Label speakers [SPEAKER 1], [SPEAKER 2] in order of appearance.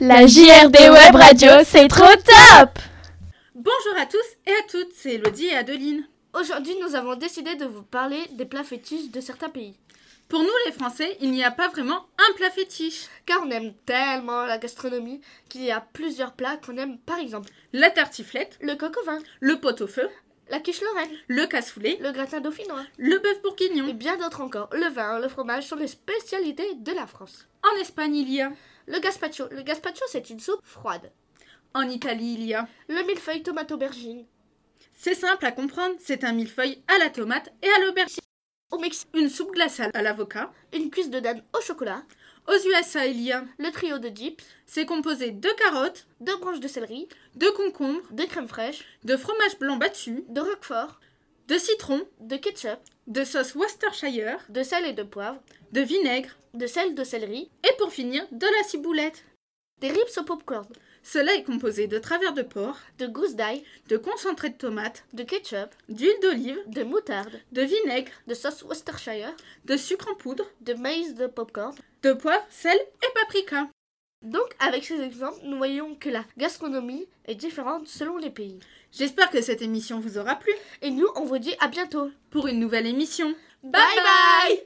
[SPEAKER 1] La JRD Web Radio, c'est trop top
[SPEAKER 2] Bonjour à tous et à toutes, c'est Elodie et Adeline.
[SPEAKER 3] Aujourd'hui, nous avons décidé de vous parler des plats fétiches de certains pays.
[SPEAKER 2] Pour nous les Français, il n'y a pas vraiment un plat fétiche.
[SPEAKER 3] Car on aime tellement la gastronomie qu'il y a plusieurs plats qu'on aime, par exemple
[SPEAKER 2] La tartiflette,
[SPEAKER 3] le coq au vin,
[SPEAKER 2] le pot-au-feu,
[SPEAKER 3] la quiche lorraine,
[SPEAKER 2] le cassoulet,
[SPEAKER 3] le gratin dauphinois
[SPEAKER 2] le bœuf
[SPEAKER 3] et
[SPEAKER 2] bourguignon.
[SPEAKER 3] bien d'autres encore. Le vin, le fromage sont les spécialités de la France.
[SPEAKER 2] En Espagne, il y a.
[SPEAKER 3] Le gazpacho, le gazpacho c'est une soupe froide.
[SPEAKER 2] En Italie, il y a.
[SPEAKER 3] Le millefeuille tomate aubergine.
[SPEAKER 2] C'est simple à comprendre, c'est un millefeuille à la tomate et à l'aubergine.
[SPEAKER 3] Au Mexique,
[SPEAKER 2] Une soupe glaciale à l'avocat.
[SPEAKER 3] une cuisse de dinde au chocolat.
[SPEAKER 2] Aux USA, il y a.
[SPEAKER 3] Le trio de dips,
[SPEAKER 2] C'est composé de carottes,
[SPEAKER 3] deux branches de céleri,
[SPEAKER 2] de concombres,
[SPEAKER 3] de crème fraîche,
[SPEAKER 2] de fromage blanc battu,
[SPEAKER 3] de roquefort,
[SPEAKER 2] de citron,
[SPEAKER 3] de ketchup,
[SPEAKER 2] de sauce Worcestershire,
[SPEAKER 3] de sel et de poivre,
[SPEAKER 2] de vinaigre
[SPEAKER 3] de sel de céleri,
[SPEAKER 2] et pour finir, de la ciboulette.
[SPEAKER 3] des ribs au popcorn,
[SPEAKER 2] Cela est composé de travers de porc,
[SPEAKER 3] de gousses d'ail,
[SPEAKER 2] de concentré de tomate,
[SPEAKER 3] de ketchup,
[SPEAKER 2] d'huile d'olive,
[SPEAKER 3] de moutarde,
[SPEAKER 2] de vinaigre,
[SPEAKER 3] de sauce Worcestershire,
[SPEAKER 2] de sucre en poudre,
[SPEAKER 3] de maïs de popcorn.
[SPEAKER 2] de poivre, sel et paprika.
[SPEAKER 3] Donc, avec ces exemples, nous voyons que la gastronomie est différente selon les pays.
[SPEAKER 2] J'espère que cette émission vous aura plu.
[SPEAKER 3] Et nous, on vous dit à bientôt.
[SPEAKER 2] Pour une nouvelle émission,
[SPEAKER 3] bye, bye